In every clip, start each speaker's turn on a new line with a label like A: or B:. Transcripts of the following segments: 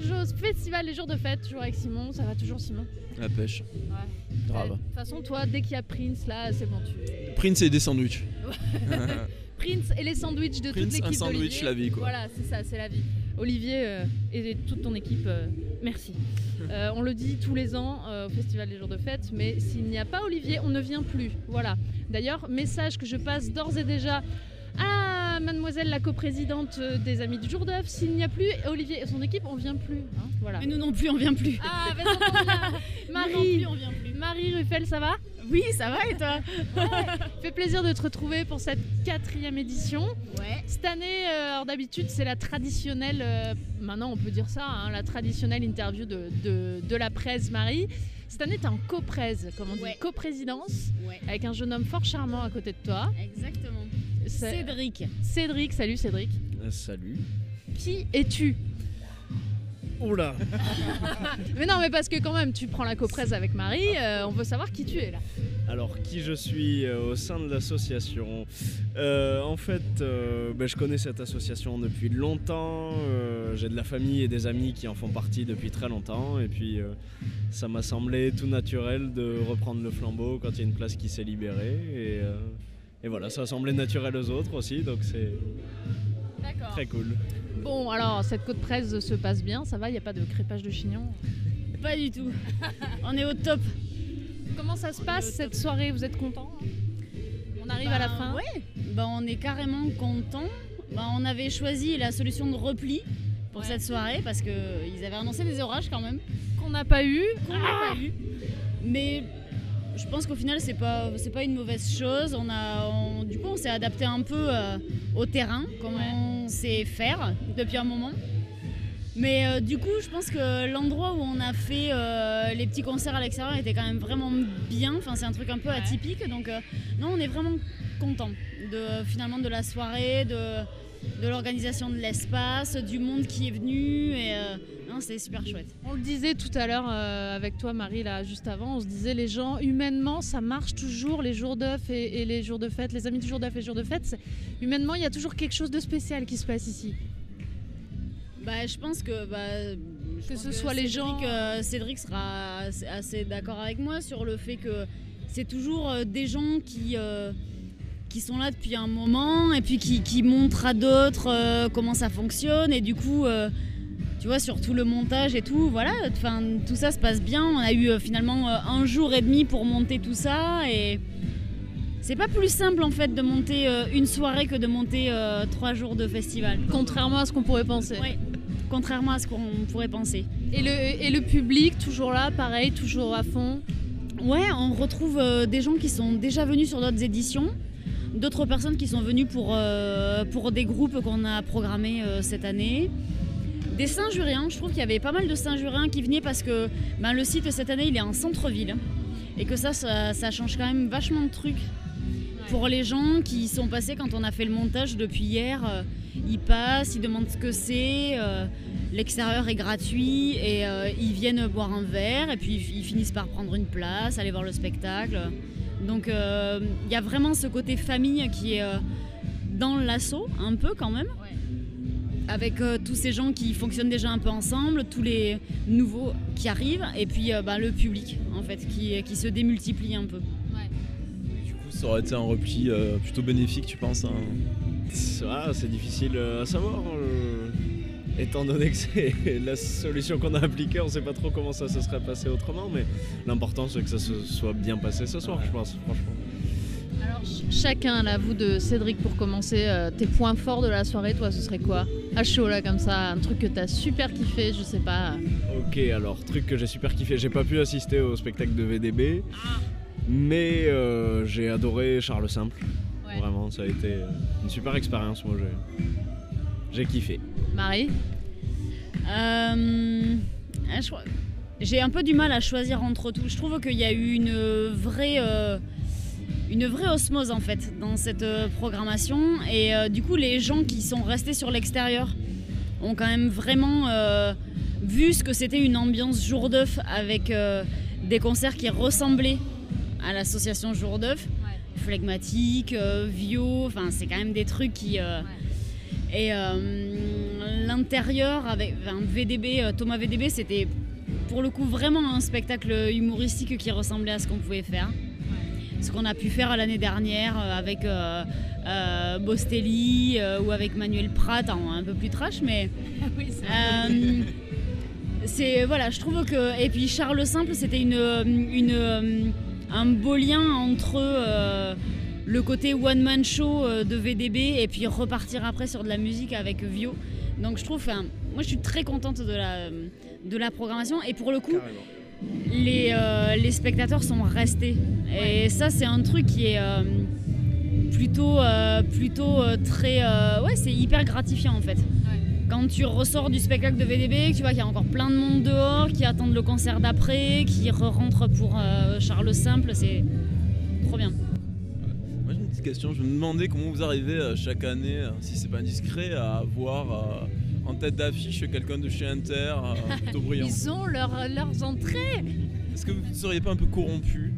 A: je vais au festival les jours de fête, toujours avec Simon, ça va toujours Simon.
B: La pêche.
A: Ouais.
B: Grave.
A: De toute façon, toi, dès qu'il y a Prince, là, c'est bon, tu...
B: Prince et des sandwichs.
A: Prince et les sandwichs de toute
B: Prince,
A: l'équipe
B: un sandwich,
A: d'Olivier.
B: la vie, quoi.
A: Voilà, c'est ça, c'est la vie. Olivier euh, et toute ton équipe, euh, merci. Euh, on le dit tous les ans euh, au Festival des Jours de Fête, mais s'il n'y a pas Olivier, on ne vient plus. Voilà. D'ailleurs, message que je passe d'ores et déjà à mademoiselle la coprésidente euh, des Amis du Jour d'œuf, s'il n'y a plus Olivier et son équipe, on vient plus. hein, voilà.
C: Ah, Mais nous non plus, on vient plus.
A: Ah, vas-y, on vient.
C: Nous non
A: Marie,
C: plus, on vient plus.
A: Marie Ruffel, ça va
C: Oui, ça va et toi
A: Fait plaisir de te retrouver pour cette quatrième édition.
C: Ouais.
A: Cette année, euh, alors d'habitude, c'est la traditionnelle, euh, maintenant on peut dire ça, hein, la traditionnelle interview de, de, de la presse, Marie. Cette année, tu es en coprèse, comme on dit,
C: Ouais.
A: coprésidence,
C: Ouais,
A: avec un jeune homme fort charmant à côté de toi.
C: exactement.
A: C'est-
C: Cédric.
A: Cédric, salut Cédric.
B: Euh, Salut.
A: Qui es-tu
B: Oula.
A: Mais non, mais parce que quand même, tu prends la coprèse avec Marie, euh, on veut savoir qui tu es là.
D: Alors, qui je suis euh, au sein de l'association Euh, En fait, euh, ben, je connais cette association depuis longtemps. euh, J'ai de la famille et des amis qui en font partie depuis très longtemps. Et puis, euh, ça m'a semblé tout naturel de reprendre le flambeau quand il y a une place qui s'est libérée. Et, euh, et voilà, ça a semblé naturel aux autres aussi, donc c'est
A: D'accord.
D: très cool.
A: Bon, alors, cette coprèse se passe bien, ça va, il n'y a pas de crépage de chignon.
C: Pas du tout. on est au top.
A: Comment ça se passe cette soirée Vous êtes content hein? On arrive à la
C: Ben,
A: fin
C: Ouais. Ben, on est carrément content. Ben, on avait choisi la solution de repli pour
A: Ouais.
C: cette soirée parce que ils avaient annoncé des orages quand même.
A: qu'on n'a pas eu.
C: qu'on n'a pas eu. Mais je pense qu'au final, c'est pas, c'est pas une mauvaise chose. On a, on- du coup, on s'est adapté un peu euh, au terrain, comme on sait faire depuis un moment. Mais euh, du coup, je pense que l'endroit où on a fait euh, les petits concerts à l'extérieur était quand même vraiment bien. Enfin, c'est un truc un peu
A: Ouais.
C: atypique. Donc, euh, non, on est vraiment content de finalement de la soirée, de, de l'organisation de l'espace, du monde qui est venu. Et euh, non, c'était super chouette.
A: On le disait tout à l'heure euh, avec toi, Marie, là, juste avant. On se disait, les gens, humainement, ça marche toujours, les jours d'œuf et, et les jours de fête, les amis du jour d'œuf et les jours de fête. c'est- Humainement, il y a toujours quelque chose de spécial qui se passe ici.
C: Bah, je pense que bah, je
A: Que
C: pense
A: ce soit les
C: Cédric,
A: gens-
C: euh, Cédric sera assez- assez d'accord avec moi sur le fait que c'est toujours euh, des gens qui euh, qui sont là depuis un moment et puis qui, qui montrent à d'autres euh, comment ça fonctionne et du coup. euh, tu vois, sur tout le montage et tout, voilà, enfin, tout ça se passe bien. On a eu euh, finalement euh, un jour et demi pour monter tout ça et c'est pas plus simple en fait de monter euh, une soirée que de monter euh, trois jours de festival.
A: Contrairement à ce qu'on pourrait penser.
C: Ouais. Contrairement à ce qu'on pourrait penser.
A: Et, le, et le public, toujours là, pareil, toujours à fond.
C: Ouais, on retrouve euh, des gens qui sont déjà venus sur d'autres éditions, d'autres personnes qui sont venues pour, euh, pour des groupes qu'on a programmés euh, cette année. Des Saint-Juriens, je trouve qu'il y avait pas mal de Saint-Juriens qui venaient parce que ben, le site cette année il est en centre-ville et que ça, ça, ça change quand même vachement de trucs. Pour les gens qui y sont passés quand on a fait le montage depuis hier, euh, ils passent, ils demandent ce que c'est, euh, l'extérieur est gratuit et euh, ils viennent boire un verre et puis ils finissent par prendre une place, aller voir le spectacle. Donc euh, il y a vraiment ce côté famille qui est euh, dans l'assaut un peu quand même. Avec euh, tous ces gens qui fonctionnent déjà un peu ensemble, tous les nouveaux qui arrivent, et puis euh, bah, le public en fait qui, qui se démultiplie un peu.
B: Du coup, ça aurait été un repli euh, plutôt bénéfique, tu penses hein
D: Ah, c'est difficile euh, à savoir. euh, étant donné que c'est la solution qu'on a appliquée, on sait pas trop comment ça se serait passé autrement, mais l'important c'est que ça se soit bien passé ce soir, je pense, franchement.
A: Alors, ch- chacun, là, vous de Cédric, pour commencer, euh, tes points forts de la soirée, toi, ce serait quoi À chaud, là, comme ça, un truc que t'as super kiffé, je sais pas.
D: Ok, alors, truc que j'ai super kiffé, j'ai pas pu assister au spectacle de VDB, mais euh, j'ai adoré Charles Simple.
A: Ouais.
D: Vraiment, ça a été euh, une super expérience, moi j'ai. J'ai kiffé.
A: Marie
C: Euh, ah, je crois- J'ai un peu du mal à choisir entre tout. Je trouve qu'il y a eu une vraie, euh, une vraie osmose en fait dans cette euh, programmation. Et euh, du coup, les gens qui sont restés sur l'extérieur ont quand même vraiment euh, vu ce que c'était une ambiance jour d'œuf avec euh, des concerts qui ressemblaient à l'association jour d'œuf. Flegmatique, euh, Vio, enfin c'est quand même des trucs qui... euh, Et euh, l'intérieur avec enfin, VDB, euh, Thomas VDB, c'était pour le coup vraiment un spectacle humoristique qui ressemblait à ce qu'on pouvait faire. Ce qu'on a pu faire l'année dernière euh, avec euh, euh, Bostelli euh, ou avec Manuel Pratt, en un peu plus trash, mais
A: oui, c'est
C: euh, c'est voilà, je trouve que et puis Charles Simple, c'était une, une euh, un beau lien entre euh, le côté one man show euh, de VDB et puis repartir après sur de la musique avec Vio. Donc je trouve, enfin, moi je suis très contente de la de la programmation et pour le coup, les, euh, les spectateurs sont restés. Et ça, c'est un truc qui est euh, plutôt, euh, plutôt euh, très. euh, ouais, c'est hyper gratifiant en fait. Quand tu ressors du spectacle de VDB, que tu vois qu'il y a encore plein de monde dehors, qui attendent le concert d'après, qui re-rentrent pour euh, Charles Simple, c'est trop bien.
B: Moi j'ai une petite question, je me demandais comment vous arrivez euh, chaque année, euh, si c'est pas indiscret, à avoir euh, en tête d'affiche quelqu'un de chez Inter euh, plutôt brillant.
A: Ils ont leur- leurs entrées.
B: Est-ce que vous ne seriez pas un peu corrompu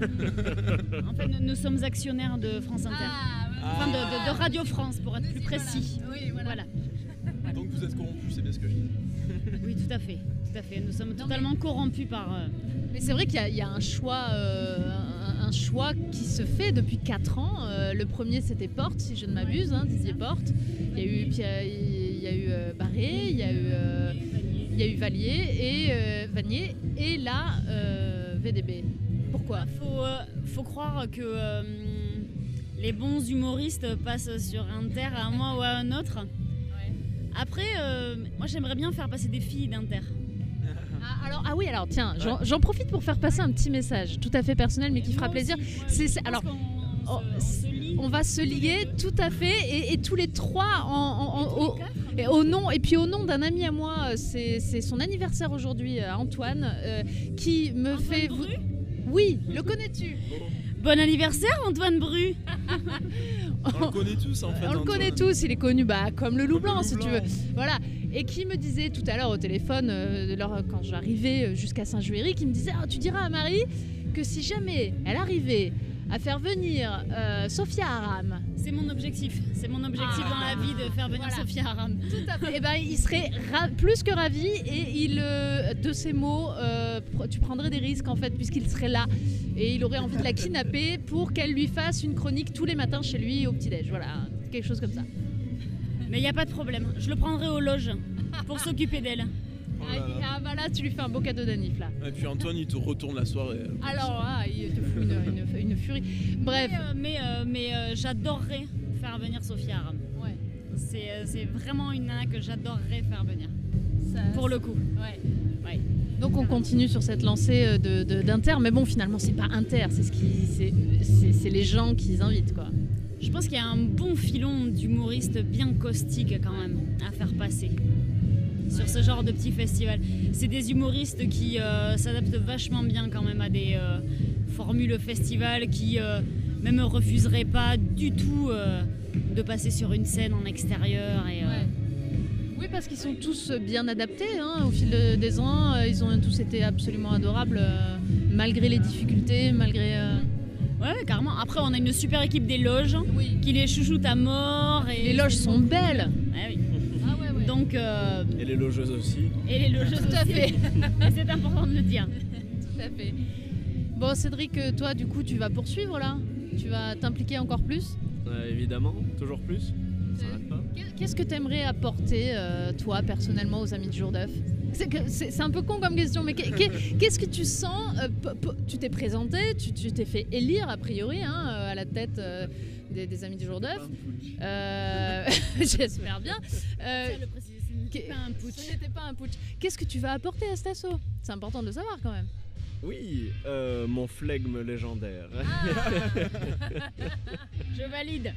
C: En fait, nous, nous sommes actionnaires de France Inter.
A: Ah.
C: Enfin, de, de- de Radio France, pour être plus précis.
A: Oui, voilà.
C: Voilà.
B: Donc vous êtes corrompu, c'est bien ce que je dis.
C: Oui, tout à fait. Tout à fait. Nous sommes totalement corrompus par. euh,
A: Mais c'est vrai qu'il y, a- il y a un choix, euh, un, un choix qui se fait depuis 4 ans. Euh, le premier, c'était Porte, si je ne m'abuse, hein, Didier Porte. Il y a eu, puis il y a- il y a eu euh, Barré, il y a eu, euh, il y a eu Valier et euh, Vanier, et là euh, VDB. Pourquoi
C: Faut, euh, faut croire que euh, les bons humoristes passent sur Inter à un moment ou à un autre. Après, euh, moi j'aimerais bien faire passer des filles d'Inter.
A: Ah, alors, ah oui, alors tiens, j'en- j'en profite pour faire passer un petit message tout à fait personnel mais qui fera plaisir. C'est- c'est- alors,
C: on,
A: on-
C: se lie.
A: On va se lier tout à fait et, et tous les trois en, en- en- au,
C: quatre.
A: et au nom et puis au nom d'un ami à moi, euh, c'est c'est son anniversaire aujourd'hui, euh, Antoine, euh, qui me
C: Antoine
A: fait.
C: Bru
A: Oui, le connais-tu
C: Bon anniversaire Antoine Bru
B: On le connaît tous en fait.
A: On le
B: Antoine.
A: connaît tous, il est connu bah, comme le loup
B: Comme
A: blanc
B: le
A: si
B: loup
A: tu veux.
B: blanc.
A: Voilà. Et qui me disait tout à l'heure au téléphone, euh, lors- quand j'arrivais euh, jusqu'à Saint-Juéry, qui me disait Ah, Tu diras à Marie que si jamais elle arrivait à faire venir euh, Sophia Aram,
C: C'est mon objectif. C'est mon objectif
A: Ah.
C: dans la vie de faire venir
A: Voilà.
C: Sophia Aram.
A: Eh ben, il serait ra- plus que ravi et il, euh, de ses mots, euh, pr- tu prendrais des risques en fait puisqu'il serait là et il aurait envie de la kidnapper pour qu'elle lui fasse une chronique tous les matins chez lui au petit déj. Voilà, quelque chose comme ça.
C: Mais il n'y a pas de problème. Je le prendrai aux loges pour s'occuper d'elle.
B: Oh là là.
A: Ah bah là, tu lui fais un beau cadeau d'Anif là.
B: Et puis Antoine il te retourne la soirée. euh,
A: Alors, ah, il te fout une, une- une furie. Bref,
C: Mais, euh, mais, euh, mais, euh, j'adorerais faire venir Sophia Aram.
A: ouais,
C: C'est euh, c'est vraiment une nana que j'adorerais faire venir.
A: ça-
C: Pour le coup.
A: ouais.
C: Ouais.
A: Donc on continue sur cette lancée euh, de- de- d'Inter, mais bon finalement c'est pas Inter, c'est ce qui, c'est- c'est c'est les gens qu'ils invitent quoi.
C: Je pense qu'il y a un bon filon d'humoristes bien caustiques quand même à faire passer sur ce genre de petit festival. C'est des humoristes qui euh, s'adaptent vachement bien quand même à des euh, formules festival qui euh, même refuseraient pas du tout euh, de passer sur une scène en extérieur et euh,
A: Ouais. Oui, parce qu'ils sont tous bien adaptés hein, au fil de- des ans. euh, Ils ont tous été absolument adorables, euh, malgré les difficultés, malgré. euh,
C: ouais, carrément. Après on a une super équipe des loges qui les chouchoute à mort et
A: Les loges sont belles.
C: Ouais, oui. Donc euh,
D: Et les logeuses aussi.
C: et les loges
A: Ah Tout à
C: aussi.
A: fait.
C: Et C'est important de le dire.
A: Tout à fait. Bon, Cédric, euh, toi, du coup, tu vas poursuivre là Tu vas t'impliquer encore plus
D: Ouais, Euh, évidemment, toujours plus. Ça arrête pas.
A: Qu'est- Qu'est-ce que t'aimerais apporter, euh, toi, personnellement, aux Amis du Jour d'œuf C'est que- C'est c'est un peu con comme question, mais qu'est- qu'est- qu'est-ce que tu sens euh, po- po- Tu t'es présenté, tu tu t'es fait élire, a priori, hein, euh, à la tête euh, des, des Amis du Jour d'œuf. Euh, J'espère bien. Euh,
C: C'est
A: qu'est-
C: pas un putsch.
A: ce n'était pas un putsch. Qu'est-ce que tu vas apporter à cet assaut C'est important de le savoir quand même.
D: Oui, euh, mon flegme légendaire.
C: Je valide.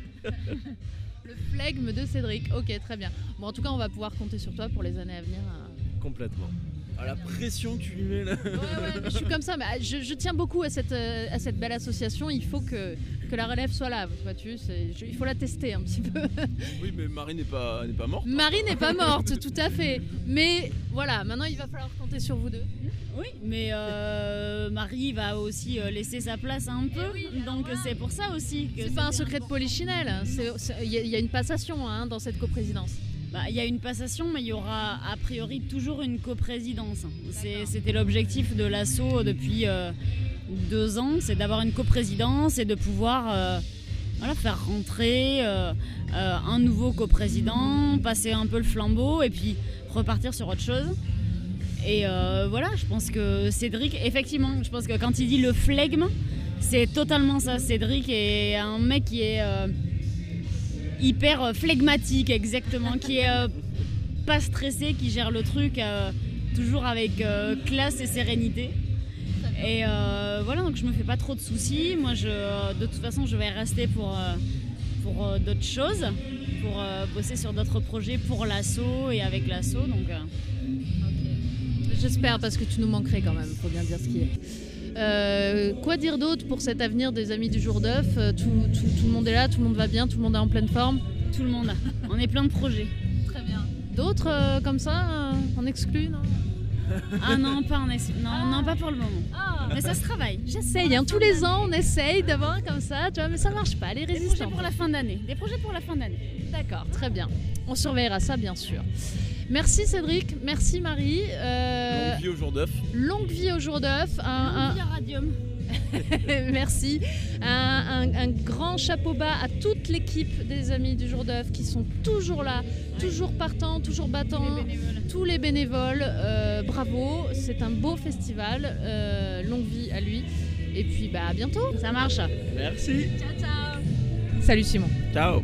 A: Le flegme de Cédric. Ok, très bien. Bon, en tout cas, on va pouvoir compter sur toi pour les années à venir. hein.
D: Complètement.
B: À la pression que tu lui mets là.
A: Ouais, ouais, mais je suis comme ça, mais ah, je, je tiens beaucoup à cette, euh, à cette belle association. Il faut que, que la relève soit là, vois-tu. C'est- je- Il faut la tester un petit peu.
B: Oui mais Marie n'est pas, n'est pas morte.
A: Marie n'est pas morte, tout à fait. Mais voilà, maintenant, il va falloir compter sur vous deux.
C: Oui, mais euh, Marie va aussi euh, laisser sa place un peu, donc c'est pour ça aussi que
A: C'est pas un
C: c'était
A: secret de
C: important.
A: polichinelle. c'est- c'est- Il y, a- il y a une passation hein, dans hein, cette coprésidence.
C: Bah, Il y a une passation, mais il y aura a priori toujours une coprésidence. C'est- C'était l'objectif de l'assaut depuis euh, deux ans, c'est d'avoir une coprésidence et de pouvoir euh, voilà, faire rentrer euh, euh, un nouveau coprésident, passer un peu le flambeau et puis repartir sur autre chose. Et euh, voilà, je pense que Cédric, effectivement, je pense que quand il dit le flegme, c'est totalement ça. Cédric est un mec qui est... euh, hyper euh, flegmatique, exactement, qui est euh, pas stressé, qui gère le truc euh, toujours avec euh, classe et sérénité. Et euh, voilà, donc je me fais pas trop de soucis. Moi, je, euh, de toute façon, je vais rester pour, euh, pour euh, d'autres choses, pour euh, bosser sur d'autres projets pour l'assaut et avec l'assaut. Donc, euh,
A: J'espère parce que tu nous manquerais quand même, faut bien dire ce qui est. Euh, quoi dire d'autre pour cet avenir des amis du jour d'œuf Euh, tout, tout, tout le monde est là, tout le monde va bien, tout le monde est en pleine forme.
C: tout le monde, on est plein de projets.
A: Très bien. D'autres euh, comme ça, euh, en exclu, non
C: Ah non, pas, en ex- non, non, pas pour le moment.
A: Ah,
C: Mais ça se travaille.
A: J'essaye, hein, tous les ans on essaye d'avoir un comme ça, tu vois, mais ça marche pas, les
C: Des projets
A: résistants.
C: pour la fin d'année. Des projets pour la fin d'année.
A: D'accord, très bien. On surveillera ça bien sûr. Merci Cédric, merci Marie. Euh,
B: Longue vie au jour d'œuf.
A: longue vie au jour d'œuf. Un- un-
C: Via Radium.
A: Merci. Un, un- un grand chapeau bas à toute l'équipe des Amis du Jour d'œuf qui sont toujours là, toujours partants, toujours battants.
C: Les bénévoles.
A: Tous les bénévoles, euh, bravo. C'est un beau festival. Euh, longue vie à lui. Et puis bah, à bientôt.
C: Ça marche.
D: Merci.
A: Salut Simon.
D: Ciao.